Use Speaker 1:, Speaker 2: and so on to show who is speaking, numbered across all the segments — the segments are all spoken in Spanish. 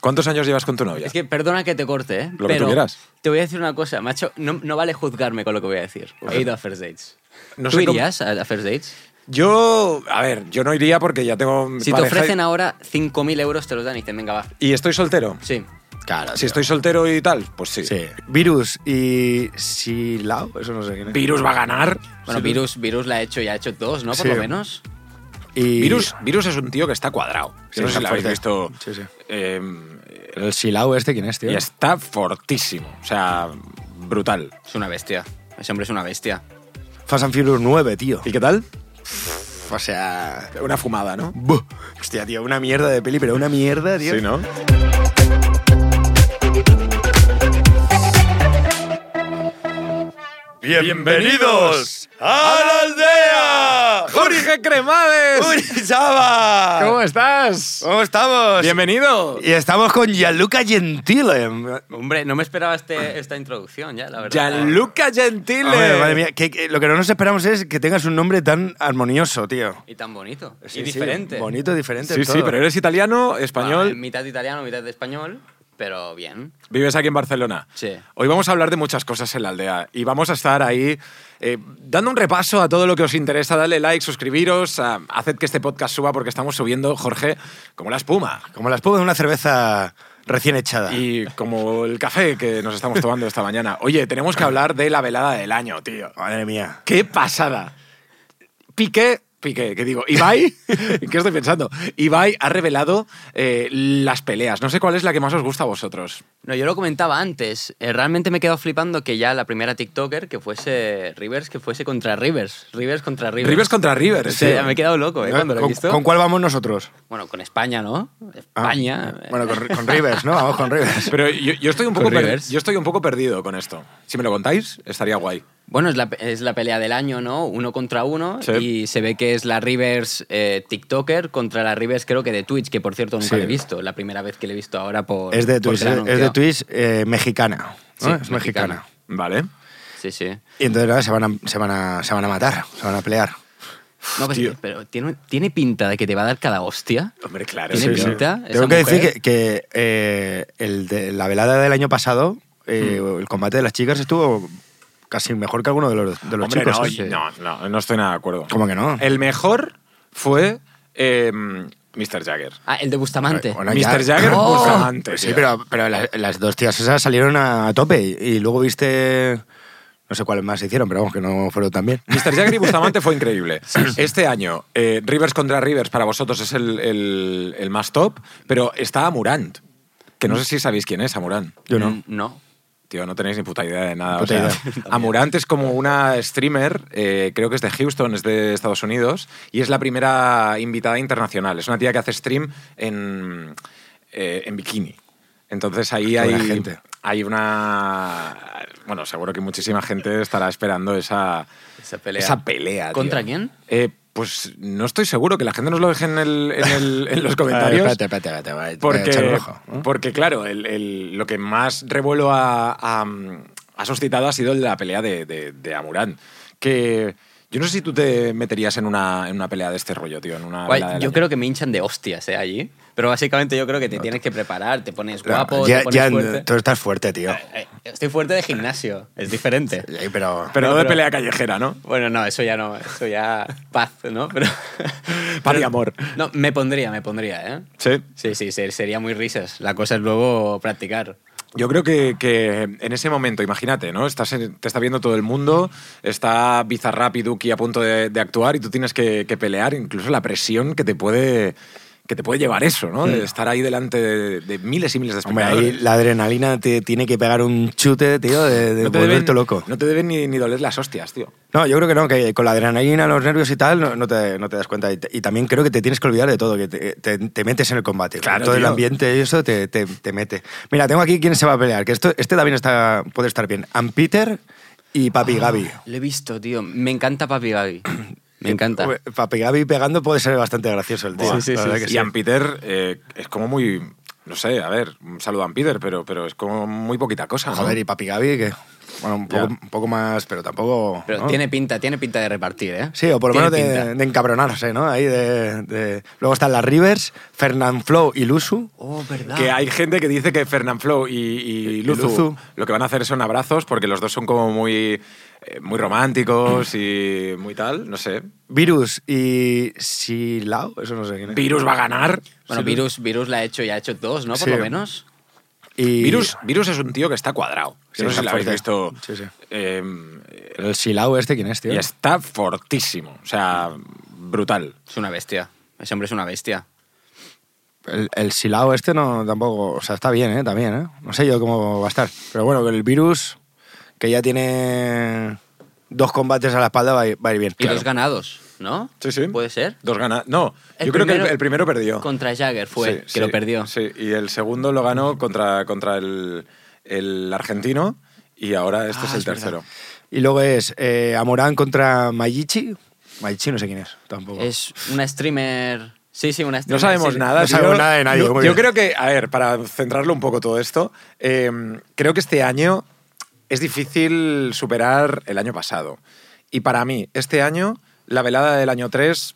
Speaker 1: ¿Cuántos años llevas con tu novia?
Speaker 2: Es que perdona que te corte, ¿eh?
Speaker 1: Lo que tú
Speaker 2: pero
Speaker 1: quieras.
Speaker 2: Te voy a decir una cosa, macho. No, no vale juzgarme con lo que voy a decir. He ido a First Dates.
Speaker 1: No
Speaker 2: ¿Tú
Speaker 1: sé cómo-
Speaker 2: irías a a First Dates?
Speaker 1: Yo, a ver, yo no iría porque ya tengo
Speaker 2: Si te
Speaker 1: pareja y-
Speaker 2: ofrecen ahora 5.000 euros, te los dan y dicen, venga, va.
Speaker 1: y estoy soltero.
Speaker 2: Sí.
Speaker 3: Claro.
Speaker 1: Si estoy soltero y tal, pues sí.
Speaker 3: Sí. Virus y Silao, eso no sé quién es.
Speaker 1: Virus va a ganar.
Speaker 2: Bueno,
Speaker 3: Sí.
Speaker 2: Virus, Virus la ha hecho, ya ha hecho dos, ¿no? Por
Speaker 3: Sí.
Speaker 2: lo menos.
Speaker 3: Y-
Speaker 1: Virus, Virus es un tío que está cuadrado. Yo
Speaker 3: Sí,
Speaker 1: no sé
Speaker 3: está
Speaker 1: si lo habéis
Speaker 3: fuerte.
Speaker 1: visto.
Speaker 3: Sí, sí.
Speaker 1: Em,
Speaker 3: El Silao este, ¿quién es, tío?
Speaker 1: y está fortísimo. O sea, brutal.
Speaker 2: Es una bestia. Ese hombre es una bestia.
Speaker 3: Fast and Furious 9, tío.
Speaker 1: ¿Y qué tal?
Speaker 3: O sea...
Speaker 1: Una fumada, ¿no?
Speaker 3: buh. Hostia, tío, una mierda de peli, pero una mierda, tío.
Speaker 1: Sí, ¿no?
Speaker 3: ¡Bienvenidos a la aldea!
Speaker 1: ¡Jorge Cremades!
Speaker 3: Chava!
Speaker 1: ¿Cómo estás?
Speaker 3: ¿Cómo estamos?
Speaker 1: Bienvenido.
Speaker 3: Y estamos con Gianluca Gentile. Hombre,
Speaker 2: Hombre, no me esperaba este- esta introducción ya, la verdad.
Speaker 1: Gianluca Gentile.
Speaker 3: madre mía, que- que lo que no nos esperamos es que tengas un nombre tan armonioso, tío.
Speaker 2: Y tan bonito.
Speaker 3: Sí,
Speaker 2: y
Speaker 3: sí,
Speaker 2: diferente.
Speaker 3: bonito, diferente.
Speaker 1: Sí,
Speaker 3: todo.
Speaker 1: sí, pero eres italiano, español.
Speaker 2: Ah, mitad italiano, mitad español, pero bien.
Speaker 1: Vives aquí en Barcelona.
Speaker 2: Sí.
Speaker 1: Hoy vamos a hablar de muchas cosas en la aldea y vamos a estar ahí eh, dando un repaso a todo lo que os interesa. Dale like, suscribiros, a- haced que este podcast suba porque estamos subiendo, Jorge, como la espuma.
Speaker 3: Como las puedo de una cerveza recién echada.
Speaker 1: Y como el café que nos estamos tomando esta mañana. Oye, tenemos que hablar de la velada del año, tío.
Speaker 3: Madre mía.
Speaker 1: ¡Qué pasada! Piqué, Piqué, que digo, Ibai, ¿qué estoy pensando? Ibai ha revelado eh, las peleas. No sé cuál es la que más os gusta a vosotros.
Speaker 2: No, yo lo comentaba antes. eh, Realmente me he quedado flipando que ya la primera TikToker que fuese Rivers, que fuese contra Rivers. Rivers contra Rivers.
Speaker 1: Rivers contra River.
Speaker 2: Sí,
Speaker 1: tío.
Speaker 2: ya me he quedado loco, ¿eh?
Speaker 3: ¿No?
Speaker 2: Cuando lo he
Speaker 3: Ah, ¿Con,
Speaker 2: visto.
Speaker 3: con cuál vamos nosotros?
Speaker 2: Bueno, con España, ¿no?
Speaker 3: Ah,
Speaker 2: España. eh,
Speaker 3: Bueno, con, con Rivers, ¿no? Vamos con Rivers.
Speaker 1: Pero yo, yo estoy un poco
Speaker 2: Con
Speaker 1: per-
Speaker 2: Rivers.
Speaker 1: yo estoy un poco perdido con esto. Si me lo contáis, estaría guay.
Speaker 2: Bueno, es la, es la pelea del año, ¿no? Uno contra uno.
Speaker 1: Sí.
Speaker 2: Y se ve que es la Rivers eh, TikToker contra la Rivers, creo que de Twitch, que por cierto nunca
Speaker 3: Sí.
Speaker 2: la he visto. La primera vez que la he visto ahora por.
Speaker 3: Es de
Speaker 2: porque
Speaker 3: Twitch,
Speaker 2: la
Speaker 3: es,
Speaker 2: han
Speaker 3: es de
Speaker 2: anunciado.
Speaker 3: Twitch eh, mexicana. ¿no?
Speaker 2: Sí,
Speaker 3: es mexicana.
Speaker 2: mexicana.
Speaker 1: Vale.
Speaker 2: Sí, sí.
Speaker 3: Y entonces nada, se van, a, se, van a, se van a matar, se van a pelear.
Speaker 2: No, pues,
Speaker 1: Tío.
Speaker 2: pero ¿tiene, tiene pinta de que te va a dar cada hostia.
Speaker 1: Hombre, claro.
Speaker 2: Tiene
Speaker 1: sí, sí.
Speaker 2: pinta. esa
Speaker 3: Tengo que
Speaker 2: mujer.
Speaker 3: decir que, que, eh, el de, la velada del año pasado, eh,
Speaker 2: Mm.
Speaker 3: el combate de las chicas estuvo casi mejor que alguno de los, de los
Speaker 1: Hombre,
Speaker 3: chicos.
Speaker 1: no,
Speaker 3: ¿eh?
Speaker 1: y- no, no, no estoy nada de acuerdo.
Speaker 3: ¿Cómo que no?
Speaker 1: El mejor fue eh, Mr. Jagger.
Speaker 2: Ah, el de Bustamante.
Speaker 3: Bueno,
Speaker 1: Mr.
Speaker 3: ya-
Speaker 1: Jagger
Speaker 2: Oh.
Speaker 1: Bustamante,
Speaker 3: Pues sí,
Speaker 1: tío.
Speaker 3: pero, pero la- las, dos tías esas salieron a, a tope. Y, y luego viste. No sé cuáles más hicieron, pero vamos, que no fueron tan bien.
Speaker 1: Mr. Jagger y Bustamante fue increíble. Este año, eh, Rivers contra Rivers para vosotros es el, el- el más top, pero está Amurant. Que no sé si sabéis quién es Amurant.
Speaker 3: Yo no.
Speaker 2: Mm, No.
Speaker 1: Tío, no tenéis ni puta idea de nada. o
Speaker 3: Puta
Speaker 1: sea,
Speaker 3: idea.
Speaker 1: Amurant es como una streamer, eh, creo que es de Houston, es de Estados Unidos, y es la primera invitada internacional. Es una tía que hace stream en, eh, en bikini. Entonces ahí
Speaker 3: Qué
Speaker 1: hay,
Speaker 3: buena gente.
Speaker 1: hay una... Bueno, seguro que muchísima gente estará esperando esa,
Speaker 2: Esa pelea.
Speaker 1: esa pelea, tío.
Speaker 2: ¿Contra quién?
Speaker 1: Eh, pues no estoy seguro, que la gente nos lo deje en, el- en el- en los
Speaker 3: A ver,
Speaker 1: comentarios.
Speaker 3: espérate, espérate, espérate, voy a- voy a echar un
Speaker 1: Porque,
Speaker 3: ojo, ¿no?
Speaker 1: porque claro, el- el- lo que más revuelo ha, ha- ha suscitado ha sido la pelea de, de, de Amurán. Que yo no sé si tú te meterías en una, en una pelea de este rollo, tío. En una,
Speaker 2: Guay,
Speaker 1: la del
Speaker 2: yo
Speaker 1: año.
Speaker 2: creo que me hinchan de hostias eh, allí. Pero básicamente yo creo que te tienes que preparar, te pones guapo,
Speaker 3: Ya-
Speaker 2: te pones
Speaker 3: ya,
Speaker 2: fuerte.
Speaker 3: tú estás fuerte, tío.
Speaker 2: Eh, Estoy fuerte de gimnasio, es diferente.
Speaker 3: Sí, pero.
Speaker 1: Pero no de
Speaker 2: pero-
Speaker 1: pelea callejera, ¿no?
Speaker 2: Bueno, no, eso ya no, eso ya paz, ¿no? Pero,
Speaker 1: Paz y amor.
Speaker 2: No, me pondría, me pondría, ¿eh?
Speaker 1: Sí.
Speaker 2: Sí, sí, ser- sería muy risas. La cosa es luego practicar.
Speaker 1: Yo creo que, que en ese momento, imagínate, ¿no? Estás en- te está viendo todo el mundo, está Bizarrap y Duki a punto de, de actuar y tú tienes que, que pelear, incluso la presión que te puede que te puede llevar eso, ¿no? De estar ahí delante de, de miles y miles de
Speaker 3: Hombre,
Speaker 1: espectadores.
Speaker 3: ahí la adrenalina te tiene que pegar un chute, tío, de, de volverte
Speaker 1: deben,
Speaker 3: loco.
Speaker 1: No te deben ni, ni doler las hostias, tío.
Speaker 3: No, yo creo que no, que con la adrenalina, los nervios y tal, no, no te, no te das cuenta. Y, te- y también creo que te tienes que olvidar de todo, que te, te- te metes en el combate.
Speaker 1: Claro,
Speaker 3: todo el
Speaker 1: tío.
Speaker 3: ambiente y eso te, te- te mete. Mira, tengo aquí quién se va a pelear, que esto, este también está, puede estar bien. Am Peter y
Speaker 2: Ah,
Speaker 3: Papi Gaby.
Speaker 2: Lo he visto, tío. Me encanta Papi Gaby. Me encanta.
Speaker 3: Ué, Pues, Papi Gaby pegando puede ser bastante gracioso el tío.
Speaker 2: Buah, Sí, sí,
Speaker 3: la
Speaker 2: sí,
Speaker 3: verdad
Speaker 2: sí.
Speaker 3: que
Speaker 1: y Ann Peter eh, es como muy. No sé, a ver, un saludo a Ann Peter, pero, pero es como muy poquita cosa. ¿no?
Speaker 3: Joder, y Papi Gaby, que Bueno, un
Speaker 1: Ya.
Speaker 3: poco, un poco más, pero tampoco.
Speaker 2: Pero
Speaker 3: ¿no?
Speaker 2: tiene pinta, tiene pinta de repartir, ¿eh?
Speaker 3: Sí, o por lo
Speaker 2: Tiene
Speaker 3: menos de,
Speaker 2: pinta.
Speaker 3: de encabronarse, ¿no? Ahí de, de- Luego están las Rivers, Fernand Flow y Lusu.
Speaker 2: Oh, verdad.
Speaker 1: Que hay gente que dice que Fernand Flow y, y Luzu,
Speaker 3: Luzu.
Speaker 1: lo que van a hacer son abrazos porque los dos son como muy, eh, muy románticos y muy tal, no sé.
Speaker 3: Virus y Silao, eso no sé quién es.
Speaker 1: Virus va a ganar.
Speaker 2: Bueno,
Speaker 3: Sí.
Speaker 2: Virus, Virus la ha hecho, ya ha hecho dos, ¿no? Por
Speaker 3: Sí.
Speaker 2: lo menos.
Speaker 3: Y
Speaker 1: Virus, Virus es un tío que está cuadrado. Yo
Speaker 3: Sí,
Speaker 1: no sé
Speaker 3: está
Speaker 1: si lo habéis
Speaker 3: fuerte.
Speaker 1: visto.
Speaker 3: Sí, sí.
Speaker 1: Em,
Speaker 3: El Silao este, ¿quién es, tío?
Speaker 1: y está fortísimo, o sea, brutal.
Speaker 2: Es una bestia. Ese hombre es una bestia.
Speaker 3: El, el Silao este no tampoco, o sea, está bien, ¿eh? También, ¿eh? No sé yo cómo va a estar. Pero bueno, el virus, que ya tiene dos combates a la espalda, va a ir, va a ir bien.
Speaker 2: Y dos ganados, ¿no?
Speaker 1: Sí, sí.
Speaker 2: ¿Puede ser?
Speaker 1: Dos ganas. No,
Speaker 2: El
Speaker 1: yo creo que el-
Speaker 2: primero-
Speaker 1: el, primero perdió.
Speaker 2: Contra Jagger fue,
Speaker 1: Sí,
Speaker 2: que
Speaker 1: sí,
Speaker 2: lo perdió.
Speaker 1: Sí, y el segundo lo ganó contra, contra el, el argentino y ahora este
Speaker 2: Ah,
Speaker 1: es el
Speaker 2: es verdad.
Speaker 1: tercero.
Speaker 3: Y luego es eh, Amorán contra Mayichi. Mayichi no sé quién es, tampoco.
Speaker 2: Es una streamer. Sí, sí, una streamer.
Speaker 1: No sabemos
Speaker 2: sí.
Speaker 1: nada.
Speaker 3: No
Speaker 1: tío.
Speaker 3: sabemos nada de nadie,
Speaker 1: Yo,
Speaker 3: muy
Speaker 1: yo
Speaker 3: bien.
Speaker 1: creo que, a ver, para centrarlo un poco todo esto, eh, creo que este año es difícil superar el año pasado. Y para mí, este año, la velada del año 3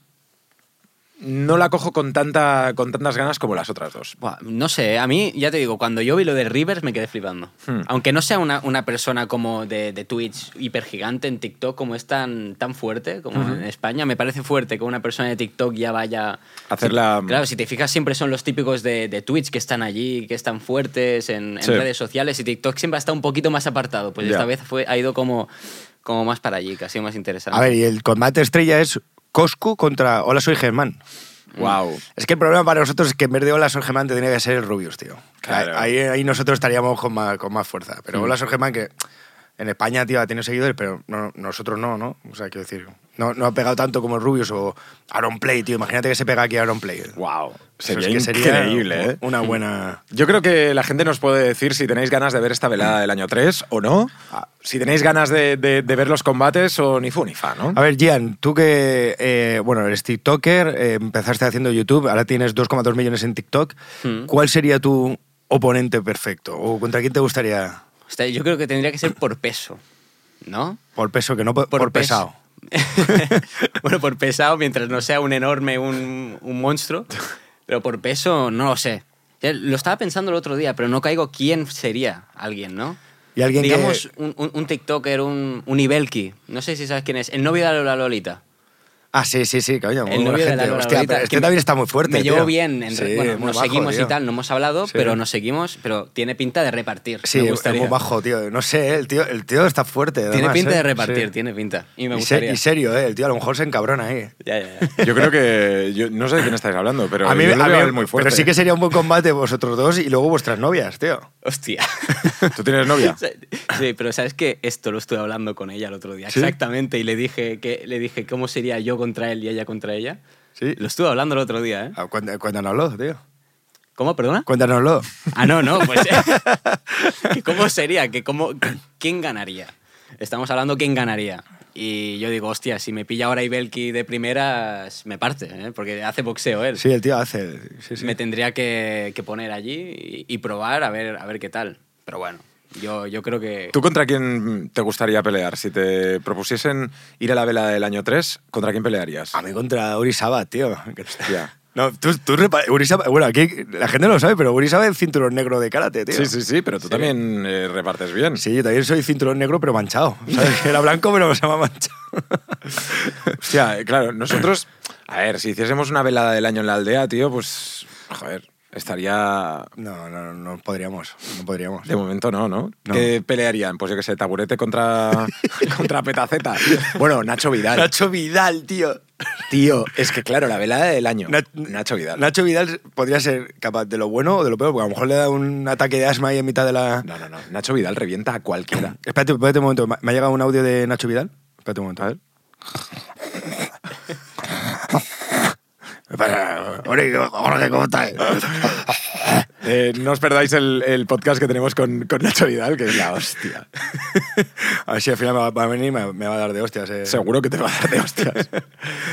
Speaker 1: no la cojo con, tanta, con tantas ganas como las otras dos.
Speaker 2: Buah, No sé, a mí, ya te digo, cuando yo vi lo de Rivers me quedé flipando.
Speaker 1: Hmm.
Speaker 2: Aunque no sea una, una persona como de, de Twitch hipergigante en TikTok, como es tan, tan fuerte como en España, me parece fuerte que una persona de TikTok ya vaya...
Speaker 1: Hacerla-
Speaker 2: Claro, si te fijas, siempre son los típicos de, de Twitch que están allí, que están fuertes en, en
Speaker 1: Sí.
Speaker 2: redes sociales y TikTok siempre ha estado un poquito más apartado. Pues
Speaker 1: Ya.
Speaker 2: esta vez fue, ha ido como, como más para allí, que ha sido más interesante.
Speaker 3: A ver, y el combate estrella es Coscu contra Hola Soy Germán.
Speaker 1: ¡Wow!
Speaker 3: Es que el problema para nosotros es que en vez de Hola Soy Germán te tenía que ser el Rubius, tío.
Speaker 1: Claro. Mm.
Speaker 3: Ahí, ahí nosotros estaríamos con más, con más fuerza. Pero Hola Soy Germán, que en España, tío, ha tenido seguidores, pero no- nosotros no, ¿no? O sea, quiero decir, no, no ha pegado tanto como Rubius o Aaron Play, tío. Imagínate que se pega aquí Aaron Play.
Speaker 1: ¡Wow!
Speaker 3: Eso
Speaker 1: Sería
Speaker 3: es que
Speaker 1: increíble, ¿eh?
Speaker 3: Una buena...
Speaker 1: Yo creo que la gente nos puede decir si tenéis ganas de ver esta velada del año 3 o no.
Speaker 3: Ah.
Speaker 1: Si tenéis ganas de, de- de ver los combates o ni fu ni fa, ¿no?
Speaker 3: A ver, Gian, tú que, eh, bueno, eres TikToker, eh, empezaste haciendo YouTube, ahora tienes 2,2 millones en TikTok.
Speaker 1: Mm.
Speaker 3: ¿Cuál sería tu oponente perfecto? ¿O contra quién te gustaría?
Speaker 2: O sea, Este, yo creo que tendría que ser por peso, ¿no?
Speaker 3: Por peso, que no por, por
Speaker 2: pes-
Speaker 3: pesado.
Speaker 2: bueno, por pesado, mientras no sea un enorme, un, un monstruo. Pero por peso, no lo sé. Ya Lo estaba pensando el otro día, pero no caigo quién sería alguien, ¿no?
Speaker 3: Y alguien que-
Speaker 2: Digamos, un, un- un TikToker, un, un Ibelki. No sé si sabes quién es. El novio de la Lolita.
Speaker 3: Ah, sí, sí, sí, coño. muy
Speaker 2: El
Speaker 3: buena
Speaker 2: novio de la
Speaker 3: gente.
Speaker 2: Lola
Speaker 3: Hostia,
Speaker 2: Lolita,
Speaker 3: pero
Speaker 2: que
Speaker 3: este
Speaker 2: me-
Speaker 3: también está muy fuerte.
Speaker 2: Me
Speaker 3: tío.
Speaker 2: llevo bien. en re-
Speaker 3: Sí,
Speaker 2: bueno,
Speaker 3: muy
Speaker 2: nos
Speaker 3: bajo,
Speaker 2: seguimos
Speaker 3: tío.
Speaker 2: y tal, no hemos hablado,
Speaker 3: Sí.
Speaker 2: pero nos seguimos. Pero tiene pinta de repartir.
Speaker 3: Sí,
Speaker 2: me
Speaker 3: es
Speaker 2: gustaría.
Speaker 3: muy bajo, tío. No sé, el tío, el tío está fuerte.
Speaker 2: Tiene
Speaker 3: además,
Speaker 2: pinta
Speaker 3: ¿eh?
Speaker 2: de repartir,
Speaker 3: Sí.
Speaker 2: tiene pinta. Y me
Speaker 3: Y, se-
Speaker 2: gustaría.
Speaker 3: y serio, ¿eh? El tío a lo mejor se encabrona ahí.
Speaker 2: Ya, ya, ya.
Speaker 1: Yo creo que. yo no sé de quién estáis hablando, pero. yo lo veo a él muy fuerte.
Speaker 3: pero sí que sería un buen combate vosotros dos y luego vuestras novias, tío.
Speaker 2: Hostia.
Speaker 1: ¿Tú tienes novia?
Speaker 2: Sí, pero sabes que esto lo estuve hablando con ella el otro día,
Speaker 1: ¿Sí?
Speaker 2: exactamente, y le dije que le dije cómo sería yo contra él y ella contra ella.
Speaker 3: Sí.
Speaker 2: Lo estuve hablando el otro día, ¿eh?
Speaker 3: Ah, cuenta- Cuéntanoslo, tío.
Speaker 2: ¿Cómo, perdona?
Speaker 3: Cuéntanoslo.
Speaker 2: Ah, no, no, pues que cómo sería, que cómo quién ganaría. Estamos hablando quién ganaría. Y yo digo, hostia, si me pilla ahora Ibelki de primeras, me parte, ¿eh? porque hace boxeo él.
Speaker 3: Sí, el tío hace. Sí, sí.
Speaker 2: Me tendría que, que poner allí y, y probar a ver, a ver qué tal. Pero bueno, yo, yo creo que...
Speaker 1: ¿Tú contra quién te gustaría pelear? Si te propusiesen ir a la vela del año 3, ¿contra quién pelearías?
Speaker 3: A mí contra Uri Sabat, tío.
Speaker 1: Ya.
Speaker 3: No, tú, tú repa- Uri Sabat- bueno, aquí la gente no lo sabe, pero Uri Sabat es cinturón negro de karate, tío.
Speaker 1: Sí, sí, sí, pero tú también eh, repartes bien.
Speaker 3: Sí, yo también soy cinturón negro, pero manchado. ¿sabes? Era blanco, pero se llama manchado.
Speaker 1: Hostia, eh, claro, nosotros. A ver, si hiciésemos una velada del año en la aldea, tío, pues. Joder, estaría.
Speaker 3: No, no, no podríamos. No podríamos.
Speaker 1: De momento no, ¿no?
Speaker 3: No.
Speaker 1: ¿Qué pelearían? Pues yo qué sé, taburete contra, contra Petaceta. Bueno, Nacho Vidal.
Speaker 3: Nacho Vidal, tío.
Speaker 1: Tío, es que claro, la velada del año.
Speaker 3: Na-
Speaker 1: Nacho Vidal.
Speaker 3: Nacho Vidal podría ser capaz de lo bueno o de lo peor, porque a lo mejor le da un ataque de asma ahí en mitad de la.
Speaker 1: no, no, no. Nacho Vidal revienta a cualquiera.
Speaker 3: Espérate, espérate un momento. ¿Me me ha llegado un audio de Nacho Vidal? Espérate un momento. A ver. Jorge, ¿cómo estás?
Speaker 1: Eh, no os perdáis el, el podcast que tenemos con, con Nacho Vidal, que es la hostia.
Speaker 3: A ver si al final me va, va a venir y me, me va a dar de hostias. eh.
Speaker 1: Seguro que te va a dar de hostias.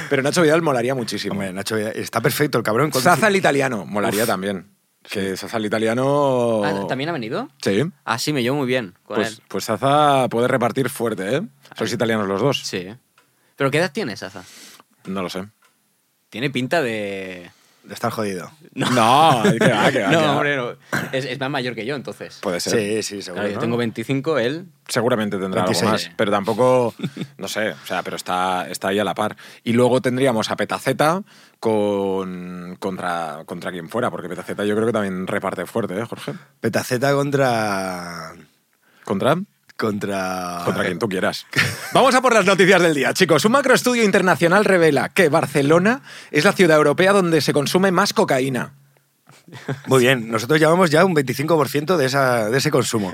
Speaker 1: Pero Nacho Vidal molaría muchísimo.
Speaker 3: Hombre, Nacho Vidal, está perfecto el cabrón. Con-
Speaker 1: Zaza el italiano, molaría también. Que Zaza el italiano.
Speaker 2: Ah, ¿También ha venido?
Speaker 1: Sí.
Speaker 2: Ah, sí, me llevo muy bien con
Speaker 1: Pues,
Speaker 2: él. Ah.
Speaker 1: pues Zaza puede repartir fuerte, ¿eh? Sois italianos los dos.
Speaker 2: Sí. ¿eh? ¿Pero qué edad tiene Saza?
Speaker 1: No lo sé.
Speaker 2: Tiene pinta de...
Speaker 3: De estar jodido.
Speaker 1: No, no que va, que va, que
Speaker 2: no,
Speaker 1: va. Pues
Speaker 2: hombre, no. Es, es más mayor que yo, entonces.
Speaker 1: Puede ser.
Speaker 3: Sí, sí, seguro.
Speaker 2: Claro, yo
Speaker 3: ¿no?
Speaker 2: tengo 25, él...
Speaker 1: Seguramente tendrá
Speaker 3: 26.
Speaker 1: algo más, pero tampoco, no sé, o sea, pero está, está ahí a la par. Y luego tendríamos a Petaceta con, contra, contra quien fuera, porque Petaceta yo creo que también reparte fuerte, ¿eh, Jorge?
Speaker 3: Petaceta contra.
Speaker 1: ¿Contra?
Speaker 3: Contra.
Speaker 1: Contra quien tú quieras. Vamos a por las noticias del día, chicos. Un macroestudio internacional revela que Barcelona es la ciudad europea donde se consume más cocaína.
Speaker 3: Muy bien, nosotros llevamos ya un 25% de, esa, de ese consumo.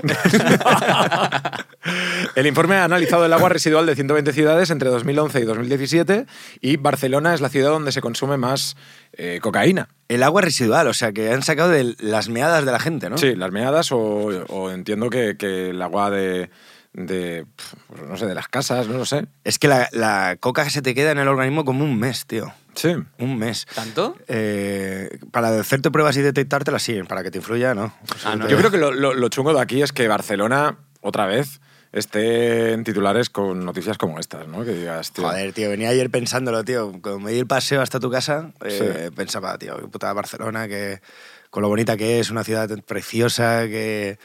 Speaker 1: El informe ha analizado el agua residual de 120 ciudades entre 2011 y 2017 y Barcelona es la ciudad donde se consume más eh, cocaína.
Speaker 3: El agua residual, o sea, que han sacado de las meadas de la gente, ¿no?
Speaker 1: Sí, las meadas o, o entiendo que, que el agua de, de, pf, no sé, de las casas, no lo sé.
Speaker 3: Es que la, la coca se te queda en el organismo como un mes, tío.
Speaker 1: Sí.
Speaker 3: Un mes.
Speaker 2: ¿Tanto?
Speaker 3: Eh, para hacerte pruebas y detectártela, sí. Para que te influya, no. O sea,
Speaker 2: Ah, no.
Speaker 1: Yo creo que lo, lo- lo chungo de aquí es que Barcelona, otra vez, esté en titulares con noticias como estas, ¿no? Que digas, tío,
Speaker 3: Joder, tío, venía ayer pensándolo, tío. Cuando me di el paseo hasta tu casa, eh, pensaba, tío, qué puta Barcelona, que con lo bonita que es, una ciudad preciosa, que,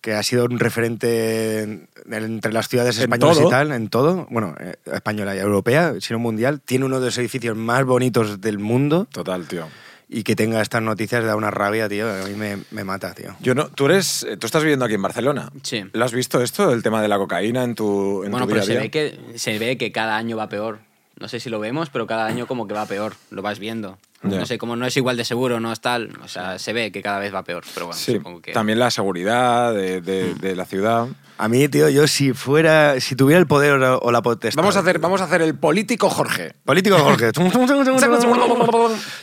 Speaker 3: que ha sido un referente en- entre las ciudades
Speaker 1: En
Speaker 3: españolas
Speaker 1: todo.
Speaker 3: y tal, en todo. Bueno, eh, española y europea, sino mundial. Tiene uno de los edificios más bonitos del mundo
Speaker 1: total, tío.
Speaker 3: y que tenga estas noticias da una rabia, tío. A mí me, me mata, tío.
Speaker 1: Yo no, tú eres, eh, tú estás viviendo aquí en Barcelona.
Speaker 2: Sí.
Speaker 1: ¿Lo has visto esto, el tema de la cocaína en tu, en
Speaker 2: Bueno,
Speaker 1: tu día
Speaker 2: pero
Speaker 1: a
Speaker 2: se
Speaker 1: día?
Speaker 2: ve, que, se ve que cada año va peor. No sé si lo vemos, pero cada año como que va peor. Lo vas viendo.
Speaker 1: Ya.
Speaker 2: No sé, como no es igual de seguro, no es tal. O sea, se ve que cada vez va peor. Pero bueno,
Speaker 1: Sí,
Speaker 2: supongo que... Mm.
Speaker 1: también la seguridad de, de- de la ciudad.
Speaker 3: A mí, tío, yo si fuera, si tuviera el poder o la, o la potestad.
Speaker 1: Vamos a, hacer, vamos a hacer el político Jorge.
Speaker 3: Político Jorge.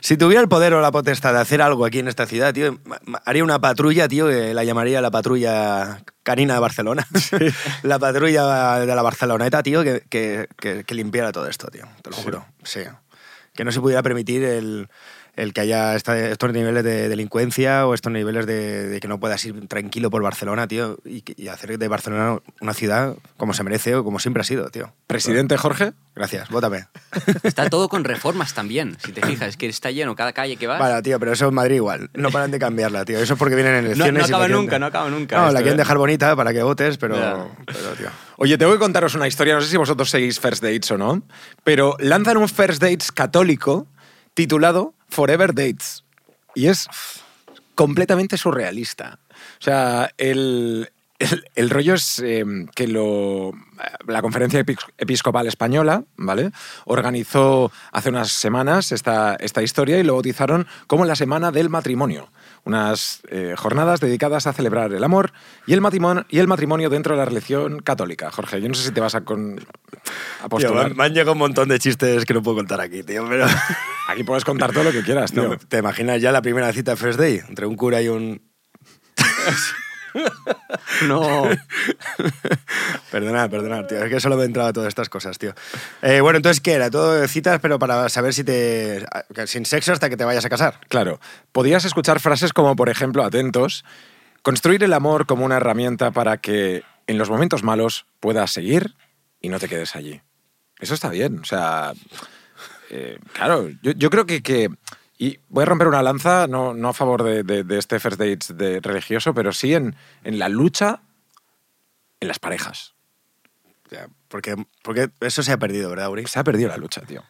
Speaker 3: Si tuviera el poder o la potestad de hacer algo aquí en esta ciudad, tío, ma- ma- haría una patrulla, tío, que la llamaría la patrulla canina de Barcelona. la patrulla de la Barceloneta, tío, que, que- que- que limpiara todo esto, tío. Te lo juro. Sí. Que no se pudiera permitir el, el que haya esta- estos niveles de delincuencia o estos niveles de, de que no puedas ir tranquilo por Barcelona, tío, y, que- y hacer de Barcelona una ciudad como se merece o como siempre ha sido, tío.
Speaker 1: Presidente Jorge.
Speaker 3: Gracias, vótame.
Speaker 2: Está todo con reformas también, si te fijas. Es que está lleno cada calle que vas.
Speaker 3: Vale, tío, pero eso en Madrid igual. No paran de cambiarla, tío. Eso es porque vienen elecciones.
Speaker 2: no
Speaker 3: y la
Speaker 2: acaba
Speaker 3: quieren-
Speaker 2: nunca, no acaba nunca
Speaker 3: No,
Speaker 2: esto,
Speaker 3: la quieren
Speaker 2: ¿eh?
Speaker 3: dejar bonita para que votes, pero,
Speaker 2: Ya.
Speaker 3: pero tío.
Speaker 1: Oye, tengo que contaros una historia, no sé si vosotros seguís First Dates o no, pero lanzan un First Dates católico titulado Forever Dates. Y es completamente surrealista. O sea, el, el- el rollo es eh, que lo, la Conferencia Epi- Episcopal Española, ¿vale? Organizó hace unas semanas esta, esta historia y lo bautizaron como la Semana del Matrimonio. Unas eh, jornadas dedicadas a celebrar el amor y el, matrimonio, y el matrimonio dentro de la religión católica. Jorge, yo no sé si te vas a, con, a
Speaker 2: Pues
Speaker 3: Tío, me,
Speaker 1: postular.
Speaker 3: han- me han llegado un montón de chistes que no puedo contar aquí, tío, pero...
Speaker 1: Aquí puedes contar todo lo que quieras, tío.
Speaker 3: No, ¿Te imaginas ya la primera cita de First Day? Entre un cura y un...
Speaker 2: No.
Speaker 3: Perdonad, perdonad, tío. Es que solo me entraba todas estas cosas, tío. Eh, bueno, entonces, ¿qué era? Todo de citas, pero para saber si te... Sin sexo hasta que te vayas a casar.
Speaker 1: Claro, podías escuchar frases como, por ejemplo, atentos, construir el amor como una herramienta para que en los momentos malos puedas seguir y no te quedes allí. Eso está bien, o sea, eh, claro, yo, yo creo que, que- Y voy a romper una lanza, no, no a favor de, de- de este first dates de religioso, pero sí en, en la lucha en las parejas.
Speaker 3: Ya, Porque, porque eso se ha perdido, ¿verdad, Uri?
Speaker 1: Se ha perdido la lucha, tío.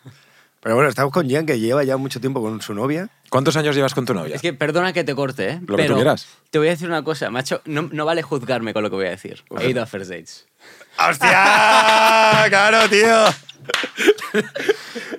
Speaker 3: Pero bueno, estamos con Jan, que lleva ya mucho tiempo con su novia.
Speaker 1: ¿Cuántos años llevas con tu novia?
Speaker 2: Es que perdona que te corte,
Speaker 1: Lo
Speaker 2: ¿eh?
Speaker 1: que tú
Speaker 2: pero
Speaker 1: quieras.
Speaker 2: Te voy a decir una cosa, macho. No, no vale juzgarme con lo que voy a decir. He ido a First Dates.
Speaker 3: ¡Hostia! ¡Claro, tío!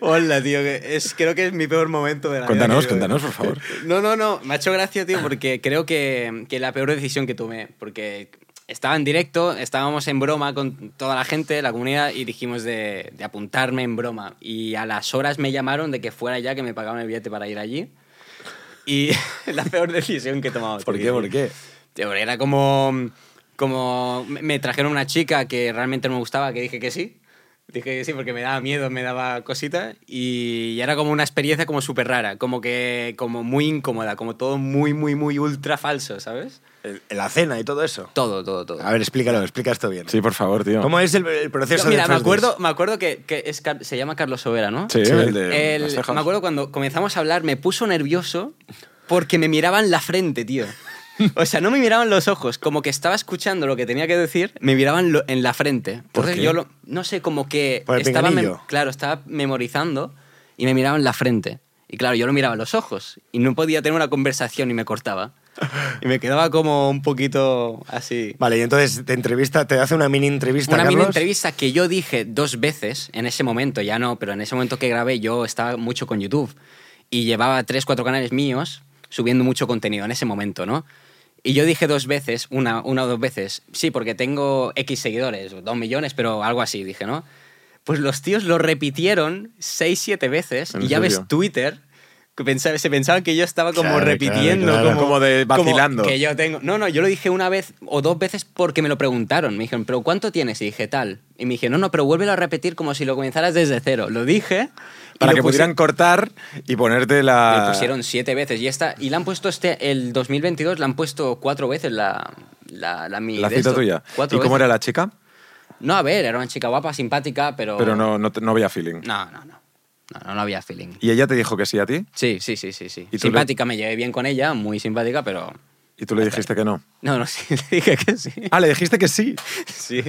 Speaker 2: Hola, tío. que es, creo que es mi peor momento de la
Speaker 1: Cuéntanos,
Speaker 2: vida.
Speaker 1: cuéntanos, por favor.
Speaker 2: No, no, no. Me ha hecho gracia, tío, porque creo que, que la peor decisión que tomé. Porque estaba en directo, estábamos en broma con toda la gente, la comunidad, y dijimos de, de apuntarme en broma. Y a las horas me llamaron de que fuera ya, que me pagaban el billete para ir allí. Y la peor decisión que he tomado.
Speaker 1: ¿Por
Speaker 2: tío.
Speaker 1: qué? ¿Por qué?
Speaker 2: Tío, Era como, como me- me trajeron una chica que realmente no me gustaba, que dije que sí. Dije que sí, porque me daba miedo, me daba cosita. Y era como una experiencia como súper rara, como que como muy incómoda, como todo muy, muy, muy ultra falso, ¿sabes?
Speaker 3: El- La cena y todo eso.
Speaker 2: Todo, todo, todo.
Speaker 3: A ver, explícalo, explica esto bien.
Speaker 1: Sí, por favor, tío.
Speaker 3: ¿Cómo es el, el proceso
Speaker 2: Yo, mira,
Speaker 3: de
Speaker 2: me
Speaker 3: First
Speaker 2: acuerdo,
Speaker 3: Dates?
Speaker 2: me acuerdo que, que es Car- se llama Carlos Sobera, ¿no?
Speaker 1: Sí,
Speaker 3: Sí.
Speaker 1: el de
Speaker 2: El-
Speaker 1: las cejas.
Speaker 2: me acuerdo cuando comenzamos a hablar, me puso nervioso porque me miraban la frente, tío. O sea, no me miraban los ojos, como que estaba escuchando lo que tenía que decir, me miraban lo- en la frente.
Speaker 1: ¿Por
Speaker 2: Entonces
Speaker 1: qué?
Speaker 2: yo lo- no sé, como que
Speaker 3: Por el
Speaker 2: estaba, mem-
Speaker 3: pinganillo.
Speaker 2: claro, estaba memorizando y me miraban la frente. Y claro, yo lo miraba en los ojos y no podía tener una conversación y me cortaba. Y me quedaba como un poquito así.
Speaker 3: Vale, y entonces te entrevista, te hace una mini entrevista.
Speaker 2: Una mini
Speaker 3: Carlos.
Speaker 2: entrevista que yo dije dos veces en ese momento, ya no, pero en ese momento que grabé yo estaba mucho con YouTube y llevaba tres, cuatro canales míos subiendo mucho contenido en ese momento, ¿no? Y yo dije dos veces, una, una o dos veces, sí, porque tengo X seguidores, dos millones, pero algo así, dije, ¿no? Pues los tíos lo repitieron seis, siete veces
Speaker 1: ¿En
Speaker 2: y ya ves
Speaker 1: serio?
Speaker 2: Twitter. Que pensaba- se pensaba que yo estaba como
Speaker 3: Claro, claro,
Speaker 2: repitiendo,
Speaker 3: claro.
Speaker 2: Como,
Speaker 1: Como de vacilando.
Speaker 2: que yo tengo. No, no, yo lo dije una vez o dos veces porque me lo preguntaron. Me dijeron, ¿pero cuánto tienes? Y dije, tal. Y me dije, no, no, pero vuélvelo a repetir como si lo comenzaras desde cero. Lo dije. y
Speaker 1: Para
Speaker 2: lo
Speaker 1: que
Speaker 2: pusi-
Speaker 1: pudieran ah. cortar y ponerte la.
Speaker 2: Lo pusieron siete veces. Y, esta, y la han puesto este. El 2022 la han puesto cuatro veces la. La, la, mi
Speaker 1: la
Speaker 2: de
Speaker 1: cita
Speaker 2: esto.
Speaker 1: tuya.
Speaker 2: Cuatro
Speaker 1: ¿Y cómo
Speaker 2: veces.
Speaker 1: era la chica?
Speaker 2: No, a ver, era una chica guapa, simpática, pero.
Speaker 1: Pero no, no, te- no había feeling.
Speaker 2: No, no, no. No, no, no había feeling.
Speaker 1: Y ella te dijo que sí a ti
Speaker 2: Sí, sí, sí, sí. sí.
Speaker 1: ¿Y tú le-
Speaker 2: Simpática, me llevé bien con ella, muy simpática, pero.
Speaker 1: y tú le dijiste que no.
Speaker 2: No, no, sí, le dije que sí.
Speaker 1: Ah, le dijiste que sí.
Speaker 2: Sí,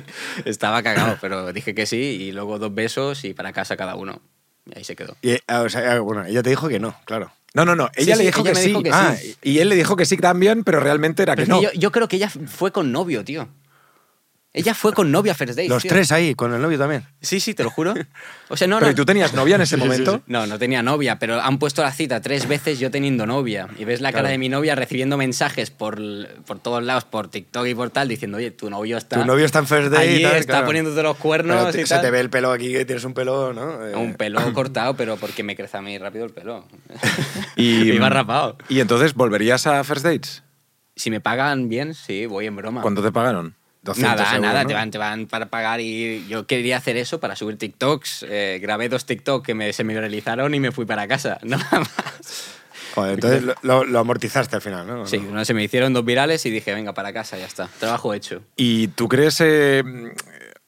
Speaker 2: estaba cagado, pero dije que sí y luego dos besos y para casa cada uno. Y ahí se quedó.
Speaker 3: Y, eh, ah, o sea, ah, bueno, ella te dijo que no, claro.
Speaker 1: No, no, no. Ella le
Speaker 2: Sí, sí,
Speaker 1: dijo,
Speaker 2: ella
Speaker 1: que,
Speaker 2: me
Speaker 1: sí.
Speaker 2: dijo que
Speaker 1: Ah,
Speaker 2: sí.
Speaker 1: Y él le dijo que sí también, pero realmente era
Speaker 3: Ah,
Speaker 2: Pero
Speaker 1: que
Speaker 2: es que
Speaker 1: no.
Speaker 2: yo, yo creo que ella fue con novio, tío. Ella fue con novio a First Days.
Speaker 3: Los
Speaker 2: tío.
Speaker 3: tres ahí, con el novio también.
Speaker 2: Sí, sí, te lo juro. O sea, no,
Speaker 1: Pero
Speaker 2: no.
Speaker 1: ¿y tú tenías novia en ese momento?
Speaker 2: No, no tenía novia, pero han puesto la cita tres veces yo teniendo novia. Y ves la cara de mi novia recibiendo mensajes por, por todos lados, por TikTok y por tal, diciendo, oye, tu novio está.
Speaker 3: Tu novio está en First Date.
Speaker 2: allí,
Speaker 3: y tal,
Speaker 2: está
Speaker 3: claro.
Speaker 2: poniéndote los
Speaker 3: Pero
Speaker 2: cuernos
Speaker 3: te-
Speaker 2: y
Speaker 3: se
Speaker 2: tal.
Speaker 3: te ve el pelo aquí, que tienes un pelo, ¿no? Eh,
Speaker 2: Un pelo cortado, pero porque me crece a mí rápido el pelo.
Speaker 1: Y- mm,
Speaker 2: me iba rapado.
Speaker 1: ¿Y entonces volverías a First Dates?
Speaker 2: Si me pagan bien, sí, voy en broma.
Speaker 1: ¿Cuánto te pagaron?
Speaker 3: 200
Speaker 2: Nada,
Speaker 3: euros,
Speaker 2: nada,
Speaker 3: ¿no?
Speaker 2: te, van, te van para pagar y yo quería hacer eso para subir TikToks. eh, grabé dos TikTok que me, se me realizaron y me fui para casa. Nada más.
Speaker 3: Joder, entonces lo, lo- lo amortizaste al final, ¿no?
Speaker 2: Sí, no, se me hicieron dos virales y dije, venga, para casa, ya está. Trabajo hecho.
Speaker 1: ¿Y tú crees eh,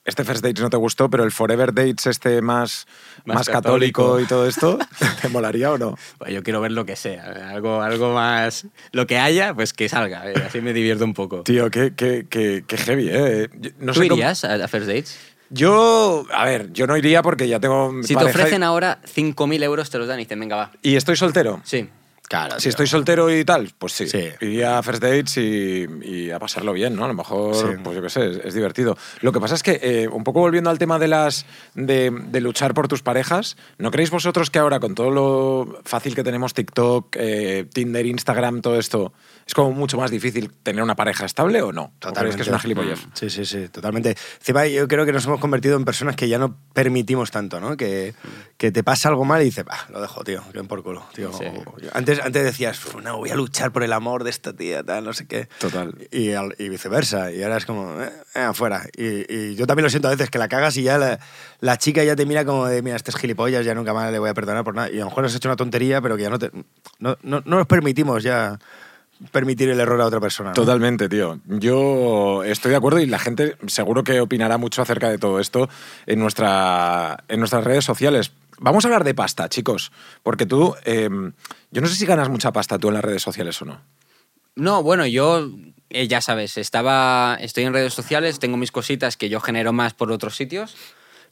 Speaker 1: este First Dates no te gustó, pero el Forever Dates este más, más,
Speaker 2: Más
Speaker 1: católico. y
Speaker 2: católico.
Speaker 1: todo esto, ¿te molaría o no?
Speaker 2: Bueno, Pues yo quiero ver lo que sea, algo, algo más... Lo que haya, pues que salga. eh, Así me divierto un poco.
Speaker 1: Tío, qué, qué, qué, qué heavy, ¿eh? Yo- No
Speaker 2: ¿Tú
Speaker 1: sé cómo-
Speaker 2: irías a a First Dates?
Speaker 1: Yo, a ver, yo no iría porque ya tengo mi
Speaker 2: Si te
Speaker 1: pareja y-
Speaker 2: ofrecen ahora 5.000 euros, te los dan y dicen, venga, va.
Speaker 1: y estoy soltero.
Speaker 2: Sí.
Speaker 3: Claro.
Speaker 1: Si
Speaker 3: tío.
Speaker 1: estoy soltero y tal, pues sí.
Speaker 3: Sí.
Speaker 1: Iría a First Dates y, y a pasarlo bien, ¿no? A lo mejor,
Speaker 3: Sí.
Speaker 1: pues yo qué sé, es, es divertido. Lo que pasa es que, eh, un poco volviendo al tema de las de, de luchar por tus parejas, ¿no creéis vosotros que ahora, con todo lo fácil que tenemos, TikTok, eh, Tinder, Instagram, todo esto, es como mucho más difícil tener una pareja estable o no? ¿O creéis que es una gilipollez?
Speaker 3: Mm. Sí, sí, sí, totalmente. Encima yo creo que nos hemos convertido en personas que ya no permitimos tanto, ¿no? Que,
Speaker 1: Mm.
Speaker 3: que te pasa algo mal y dices, bah, lo dejo, tío, que den por culo. Tío.
Speaker 2: Sí.
Speaker 3: Antes, antes decías, "Uf, no, voy a luchar por el amor de esta tía, tal, no sé qué.
Speaker 1: Total.
Speaker 3: Y, al- y viceversa. Y ahora es como, eh, eh, afuera. Y, y yo también lo siento a veces, que la cagas y ya la, la chica ya te mira como de, mira, este es gilipollas, ya nunca más le voy a perdonar por nada. Y a lo mejor has hecho una tontería, pero que ya no te... No, no, no nos permitimos ya permitir el error a otra persona. ¿no?
Speaker 1: Totalmente, tío. Yo estoy de acuerdo y la gente seguro que opinará mucho acerca de todo esto en, nuestra, en nuestras redes sociales. Vamos a hablar de pasta, chicos, porque tú, eh, yo no sé si ganas mucha pasta tú en las redes sociales o no.
Speaker 2: No, bueno, yo, eh, ya sabes, estaba, estoy en redes sociales, tengo mis cositas que yo genero más por otros sitios,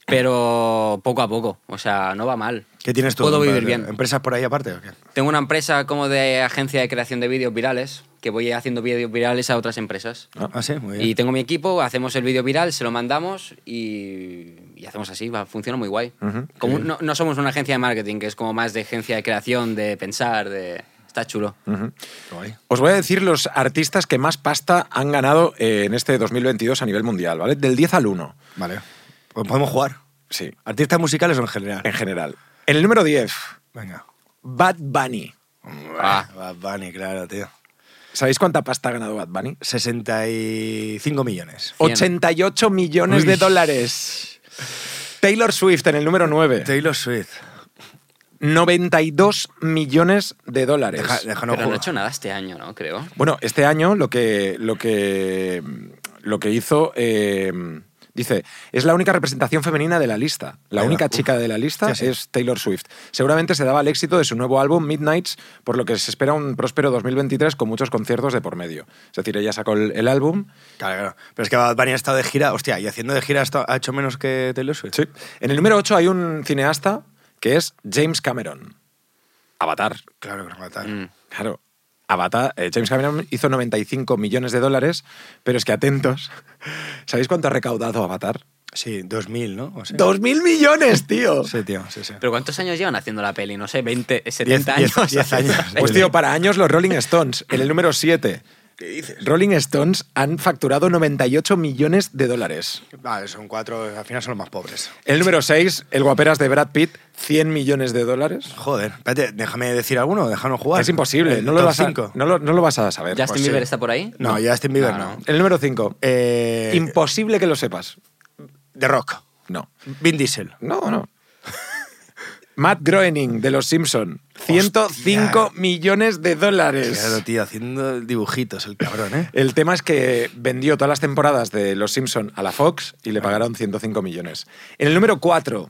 Speaker 2: pero poco a poco, o sea, no va mal.
Speaker 3: ¿Qué tienes tú?
Speaker 2: Puedo vivir
Speaker 3: compadre?
Speaker 2: bien.
Speaker 3: ¿Empresas por ahí aparte o qué?
Speaker 2: Tengo una empresa como de agencia de creación de vídeos virales, que voy haciendo vídeos virales a otras empresas.
Speaker 1: Ah.
Speaker 3: Ah, sí, muy bien.
Speaker 2: Y tengo mi equipo, hacemos el vídeo viral, se lo mandamos y, y hacemos así, va, funciona muy guay. Como un- no, no somos una agencia de marketing, que es como más de agencia de creación, de pensar, de... Está chulo.
Speaker 1: Os voy a decir los artistas que más pasta han ganado eh, en este 2022 a nivel mundial, ¿vale? Del 10 al 1,
Speaker 3: Vale. Pues podemos jugar.
Speaker 1: sí,
Speaker 3: ¿Artistas musicales o en general?
Speaker 1: en general. En el número 10,
Speaker 3: Venga.
Speaker 1: Bad Bunny.
Speaker 2: Ah.
Speaker 3: Bad Bunny, claro, tío.
Speaker 1: ¿Sabéis cuánta pasta ha ganado Bad Bunny?
Speaker 3: 65 millones.
Speaker 2: Cien.
Speaker 1: 88 millones de
Speaker 3: Uy.
Speaker 1: dólares. Taylor Swift en el número 9.
Speaker 3: Taylor Swift.
Speaker 1: 92 millones de dólares.
Speaker 3: Deja- déjanos
Speaker 2: Pero no ha
Speaker 3: jugar.
Speaker 2: hecho nada este año, ¿no? Creo.
Speaker 1: Bueno, este año lo que, lo que, lo que hizo, eh, dice, es la única representación femenina de la lista. La
Speaker 3: Venga,
Speaker 1: única
Speaker 3: uf.
Speaker 1: chica de la lista
Speaker 3: Ya sé.
Speaker 1: es Taylor Swift. Seguramente se daba el éxito de su nuevo álbum Midnights, por lo que se espera un próspero 2023 con muchos conciertos de por medio. Es decir, ella sacó el, el álbum.
Speaker 3: Claro, claro. Pero es que Bad Bunny ha estado de gira, hostia, y haciendo de gira ha esta- ha hecho menos que Taylor Swift.
Speaker 1: Sí. En el número 8 hay un cineasta que es James Cameron. Avatar.
Speaker 3: Claro que no va a estar.
Speaker 2: Mm.
Speaker 1: Claro. Avatar, eh, James Cameron hizo 95 millones de dólares, pero es que atentos, ¿sabéis cuánto ha recaudado Avatar?
Speaker 3: Sí, 2000, ¿no? O sea,
Speaker 1: ¡Dos mil millones, tío!
Speaker 3: Sí, tío, sí, sí.
Speaker 2: ¿Pero cuántos años llevan haciendo la peli? No sé, 20, 70
Speaker 3: Diez- diez-
Speaker 2: años.
Speaker 3: diez años.
Speaker 1: Pues tío, para años los Rolling Stones, en el número 7. Rolling Stones han facturado 98 millones de dólares.
Speaker 3: Vale, son cuatro, al final son los más pobres.
Speaker 1: El número 6, el guaperas de Brad Pitt, 100 millones de dólares.
Speaker 3: Joder, espérate, déjame decir alguno, déjanos jugar.
Speaker 1: Es imposible,
Speaker 3: El
Speaker 1: no lo,
Speaker 3: top
Speaker 1: vas a,
Speaker 3: Eh, cinco.
Speaker 1: no, lo, no lo vas a saber.
Speaker 2: ¿Justin
Speaker 1: Pues sí.
Speaker 2: Bieber Ah, está por ahí?
Speaker 3: No, Justin Bieber no.
Speaker 1: El número 5,
Speaker 3: Eh,
Speaker 1: imposible que lo sepas.
Speaker 3: The Rock.
Speaker 1: No.
Speaker 3: Vin Diesel.
Speaker 1: No, no. Matt Groening de Los Simpson, 105
Speaker 3: Hostia.
Speaker 1: millones de dólares.
Speaker 3: Claro, tío, haciendo dibujitos el cabrón, ¿eh?
Speaker 1: El tema es que vendió todas las temporadas de Los Simpson a la Fox y
Speaker 3: Ah.
Speaker 1: le pagaron 105 millones. En el número 4,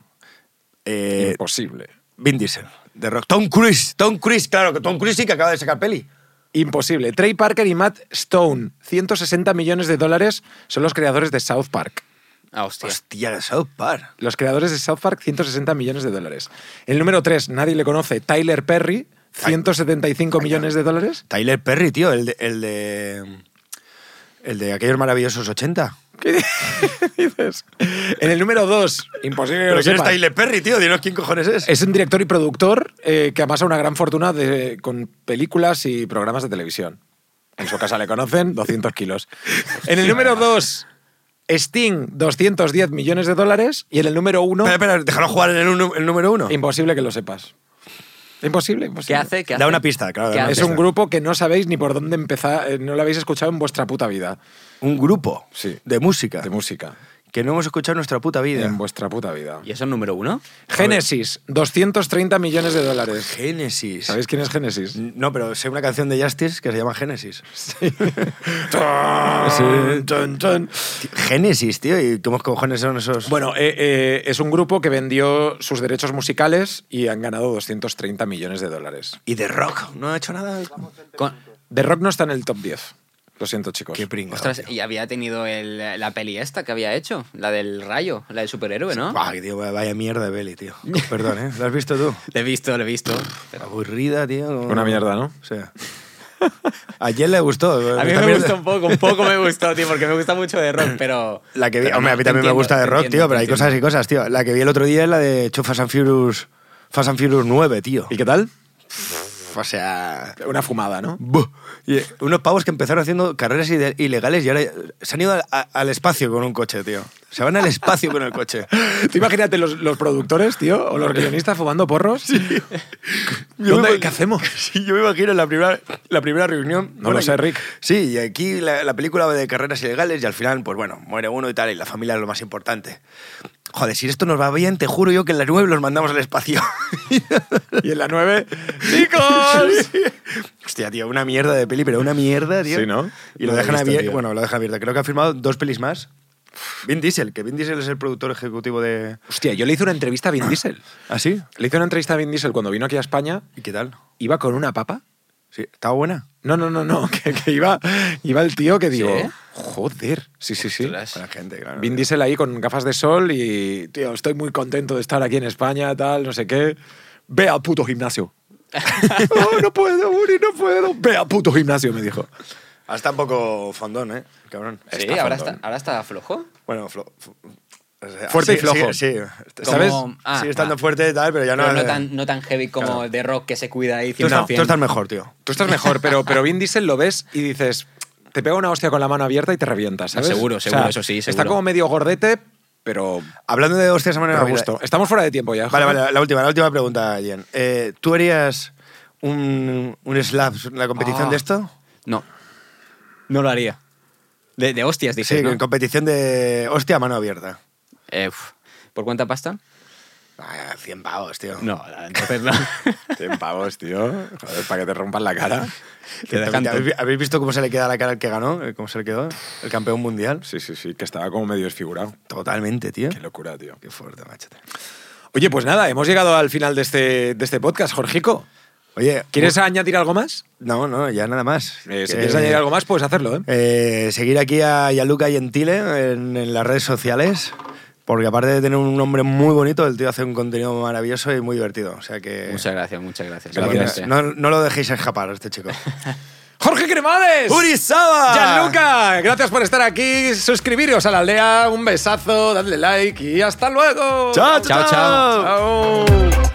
Speaker 3: Eh,
Speaker 1: imposible.
Speaker 3: Vin Diesel. The Rock. Tom Cruise. Tom Cruise, claro, que Tom Cruise sí que acaba de sacar peli.
Speaker 1: Imposible. Trey Parker y Matt Stone, 160 millones de dólares, son los creadores de South Park.
Speaker 2: Ah, hostia.
Speaker 3: Hostia, South Park.
Speaker 1: Los creadores de South Park, 160 millones de dólares. El número 3, nadie le conoce, Tyler Perry, 175 millones de dólares.
Speaker 3: Tyler Perry, tío, el de. El de, el de aquellos maravillosos 80.
Speaker 1: ¿Qué dices? En el número 2, imposible que lo
Speaker 3: quién es
Speaker 1: sepas.
Speaker 3: Tyler Perry, tío? Dinos quién cojones es.
Speaker 1: Es un director y productor eh, que amasa una gran fortuna de- con películas y programas de televisión. En su casa le conocen 200 kilos. En el número 2, Sting, 210 millones de dólares. Y en el número 1,
Speaker 3: Espera, espera, déjalo jugar en el, nu- el número uno.
Speaker 1: imposible que lo sepas. Imposible,
Speaker 2: ¿Qué
Speaker 1: imposible.
Speaker 2: hace? ¿Qué
Speaker 3: Da
Speaker 2: hace?
Speaker 3: una pista, claro, da
Speaker 2: ¿Qué
Speaker 3: una
Speaker 1: Es
Speaker 2: hace?
Speaker 3: pista.
Speaker 1: un grupo que no sabéis ni por dónde empezar, eh, no lo habéis escuchado en vuestra puta vida.
Speaker 3: Un grupo
Speaker 1: Sí.
Speaker 3: de música
Speaker 1: De música.
Speaker 3: que no hemos escuchado en nuestra puta vida.
Speaker 1: En vuestra puta vida.
Speaker 2: ¿Y eso es número uno?
Speaker 1: Génesis, 230 millones de dólares.
Speaker 3: Génesis.
Speaker 1: ¿Sabéis quién es Génesis?
Speaker 3: No, pero sé una canción de Justice que se llama Génesis.
Speaker 1: Sí.
Speaker 3: Tío, Génesis, tío, ¿y cómo cojones son esos?
Speaker 1: Bueno, eh, eh, es un grupo que vendió sus derechos musicales y han ganado 230 millones de dólares.
Speaker 3: y de rock, no ha hecho nada.
Speaker 2: Con-
Speaker 1: The Rock no está en el top 10. Lo siento, chicos.
Speaker 3: Qué pringado.
Speaker 2: Ostras,
Speaker 3: tío.
Speaker 2: y había tenido el- la peli esta que había hecho, la del rayo, la del superhéroe, ¿no?
Speaker 3: Buah, tío, vaya- vaya mierda de Belly, tío. Perdón, ¿eh? ¿Lo has visto tú?
Speaker 2: Le he visto, le he visto.
Speaker 3: Aburrida, tío.
Speaker 1: Una mierda, ¿no?
Speaker 3: O sea. A Jen le gustó.
Speaker 2: A mí
Speaker 3: Esta
Speaker 2: me
Speaker 3: mierda-
Speaker 2: gustó un poco, un poco me gustó, tío, porque me gusta mucho de rock, pero...
Speaker 3: La que vi,
Speaker 2: pero
Speaker 3: hombre,
Speaker 2: no,
Speaker 3: a mí
Speaker 2: te
Speaker 3: también me
Speaker 2: entiendo,
Speaker 3: gusta de
Speaker 2: te
Speaker 3: rock,
Speaker 2: entiendo,
Speaker 3: tío, pero
Speaker 2: te
Speaker 3: hay cosas y
Speaker 2: entiendo.
Speaker 3: cosas, tío. La que vi el otro día es la de Two Fast and Furious, Fast and Furious 9, tío.
Speaker 1: ¿Y qué tal?
Speaker 3: O sea,
Speaker 1: Una fumada, ¿no?
Speaker 3: Buh. Y, eh, unos pavos que empezaron haciendo carreras ide- ilegales y ahora se han ido al, a- al espacio con un coche, tío. Se van al espacio con el coche.
Speaker 1: Tú imagínate los, los productores, tío, o los guionistas fumando porros. ¿Dónde-
Speaker 3: me-
Speaker 1: ¿Qué hacemos?
Speaker 3: Sí, yo me imagino la primera, la primera reunión.
Speaker 1: No lo sé,
Speaker 3: aquí-
Speaker 1: Rick.
Speaker 3: Sí, y aquí la, la película va de carreras ilegales y al final, pues bueno, muere uno y tal, y la familia es lo más importante. Joder, si esto nos va bien, te juro yo que en las nueve los mandamos al espacio.
Speaker 1: Y en la 9, ¡chicos!
Speaker 3: Hostia, tío, una mierda de peli, pero una mierda, tío.
Speaker 1: Sí, ¿no?
Speaker 3: Y
Speaker 1: No lo
Speaker 3: lo
Speaker 1: he
Speaker 3: dejan
Speaker 1: visto,
Speaker 3: abierto.
Speaker 1: tío.
Speaker 3: Bueno, lo dejan abierto. Creo que ha firmado dos pelis más. Vin Diesel, que Vin Diesel es el productor ejecutivo de.
Speaker 1: Hostia, yo le hice una entrevista a Vin Diesel.
Speaker 3: ¿Ah, sí?
Speaker 1: Le hice una entrevista a Vin Diesel cuando vino aquí a España.
Speaker 3: ¿Y qué tal?
Speaker 1: Iba con una papa.
Speaker 3: Sí, ¿Estaba buena?
Speaker 1: No, no, no, no, que, que iba, iba el tío que digo,
Speaker 2: ¿Sí?
Speaker 1: joder, sí, sí, sí.
Speaker 2: Ostras.
Speaker 3: Buena gente, claro.
Speaker 1: Vin Diesel ahí con gafas de sol y, tío, estoy muy contento de estar aquí en España, tal, no sé qué. Ve al puto gimnasio. "Oh, no puedo, Uri, no puedo. Ve al puto gimnasio, me dijo.
Speaker 3: Ah, está un poco fondón, ¿eh? Cabrón.
Speaker 2: Sí,
Speaker 1: Está
Speaker 2: ahora
Speaker 1: fandón.
Speaker 2: está, ahora está flojo.
Speaker 3: Bueno, flo- fu- o sea,
Speaker 1: Fuerte y
Speaker 3: sí,
Speaker 1: flojo.
Speaker 3: Sí, sí.
Speaker 1: Como-
Speaker 3: ¿Sabes?
Speaker 2: ah,
Speaker 3: Sigue estando
Speaker 2: va.
Speaker 3: fuerte y tal, pero ya no.
Speaker 2: pero no tan, no tan heavy como
Speaker 3: Claro.
Speaker 2: de rock que se cuida ahí
Speaker 3: Tú, estás,
Speaker 2: 100%.
Speaker 3: tú estás mejor, tío.
Speaker 1: Tú estás mejor, pero, pero Vin Diesel lo ves y dices, te pega una hostia con la mano abierta y te revientas, ¿sabes?
Speaker 2: Seguro, seguro, eso sí,
Speaker 1: Está
Speaker 2: seguro.
Speaker 1: como medio gordete, pero,
Speaker 3: Hablando de hostias, manera
Speaker 1: pero gusto. Estamos fuera de tiempo ya.
Speaker 3: Vale,
Speaker 1: joder.
Speaker 3: vale, la última, la última pregunta, Jen. Eh, ¿Tú harías un, un slap en la competición
Speaker 2: Ah.
Speaker 3: de esto?
Speaker 2: No. No lo haría. De, de hostias,
Speaker 3: Sí,
Speaker 2: dices, ¿no?
Speaker 3: en competición de hostia a mano abierta.
Speaker 2: Eh, uf. ¿Por cuánta pasta?
Speaker 3: Ah, 100 pavos, tío.
Speaker 2: No, entonces no.
Speaker 1: 100 pavos, tío. Joder, para que te rompan la cara.
Speaker 2: Te dejan todo.
Speaker 3: ¿Habéis, habéis visto cómo se le queda la cara al que ganó? Eh, ¿Cómo se le quedó? El campeón mundial.
Speaker 1: Sí, sí, sí, que estaba como medio desfigurado.
Speaker 3: Totalmente, tío.
Speaker 1: Qué locura, tío.
Speaker 3: Qué fuerte, macho.
Speaker 1: Oye, pues nada, hemos llegado al final de este, de este podcast, Jorgico.
Speaker 3: Oye, uh,
Speaker 1: ¿Quieres añadir algo más?
Speaker 3: No, no, ya nada más.
Speaker 1: Eh, si
Speaker 3: Que-
Speaker 1: quieres añadir algo más, puedes hacerlo, ¿eh?
Speaker 3: Eh, seguir aquí a Gianluca Gentile en, en las redes sociales, porque aparte de tener un nombre muy bonito, el tío hace un contenido maravilloso y muy divertido. O sea que.
Speaker 2: Muchas gracias, muchas gracias.
Speaker 1: Gracias.
Speaker 2: Igualmente.
Speaker 3: No, no lo dejéis escapar a este chico.
Speaker 1: ¡Jorge Cremades!
Speaker 3: ¡Urizaba!
Speaker 1: ¡Gianluca! Gracias por estar aquí. Suscribiros a la aldea, un besazo, dadle like y hasta luego.
Speaker 3: Chao,
Speaker 2: Chao, chao.
Speaker 1: Chao.